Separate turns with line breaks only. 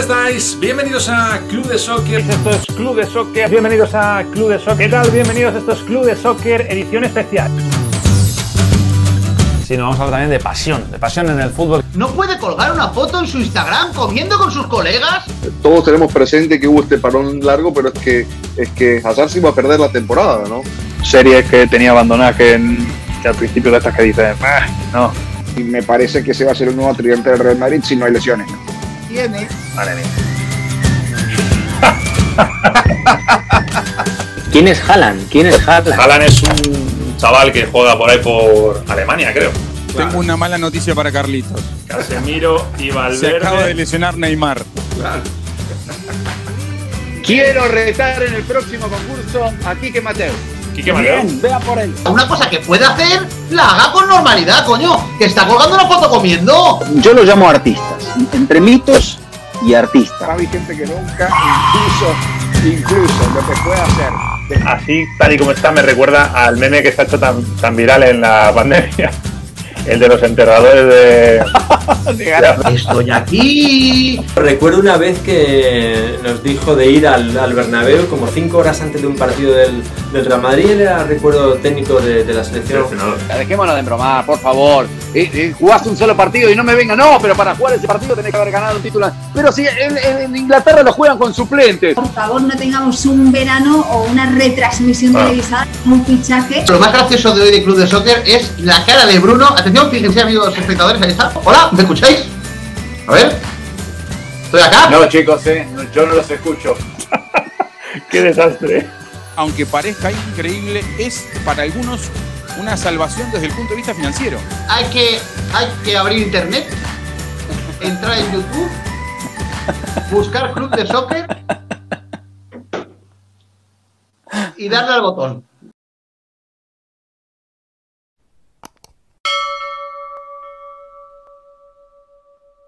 estáis? Bienvenidos a Club de Soccer.
Esto es Club de Soccer. Bienvenidos a Club de Soccer. ¿Qué tal? Bienvenidos a estos Club de Soccer edición especial.
Sí, nos vamos a hablar también de pasión, de pasión en el fútbol.
¿No puede colgar una foto en su Instagram comiendo con sus colegas?
Todos tenemos presente que hubo este parón largo, pero es que es que Hazard se iba a perder la temporada, ¿no?
Series que tenía abandonadas que, en- que al principio de estas que dices, "Ah, no,
y me parece que ese va a ser el nuevo tridente del Real Madrid si no hay lesiones.
Tiene.
madre mía.
¿Quién es Haaland? ¿Quién es Haaland?
Alan es un chaval que juega por ahí por Alemania, creo.
Tengo una mala noticia para Carlitos.
Casemiro y
Se acaba de
Valverde.
lesionar Neymar.
Quiero retar en el próximo concurso a Quique Mateo.
Quique Mateo.
vea por él.
Una cosa que puede hacer, la haga con normalidad, coño. Que está colgando una foto comiendo.
Yo lo llamo artistas, entre mitos y artistas.
Hay gente que nunca, incluso, incluso lo que puede hacer.
Así, tal y como está, me recuerda al meme que se ha hecho tan, tan viral en la pandemia. El de los enterradores de.
Estoy aquí.
Recuerdo una vez que nos dijo de ir al, al Bernabéu como cinco horas antes de un partido del, del Real Madrid. Él Era recuerdo técnico de, de la selección.
Dejémonos de bromar, por favor. Eh, eh, jugaste un solo partido y no me venga, no, pero para jugar ese partido tenés que haber ganado un título. Pero sí, en, en- en Inglaterra lo juegan con suplentes.
por favor no tengamos un verano o una retransmisión televisada, un fichaje.
Lo más gracioso de hoy de Club de Soccer es la cara de Bruno. Atención, fíjense, amigos espectadores, ahí está. Hola, ¿me escucháis? A ver. Estoy acá.
No, chicos, eh, yo no los escucho.
¡Qué desastre!
Aunque parezca increíble, es para algunos una salvación desde el punto de vista financiero.
Hay que, hay que abrir internet, entrar en YouTube, buscar Club de Soccer y darle al botón.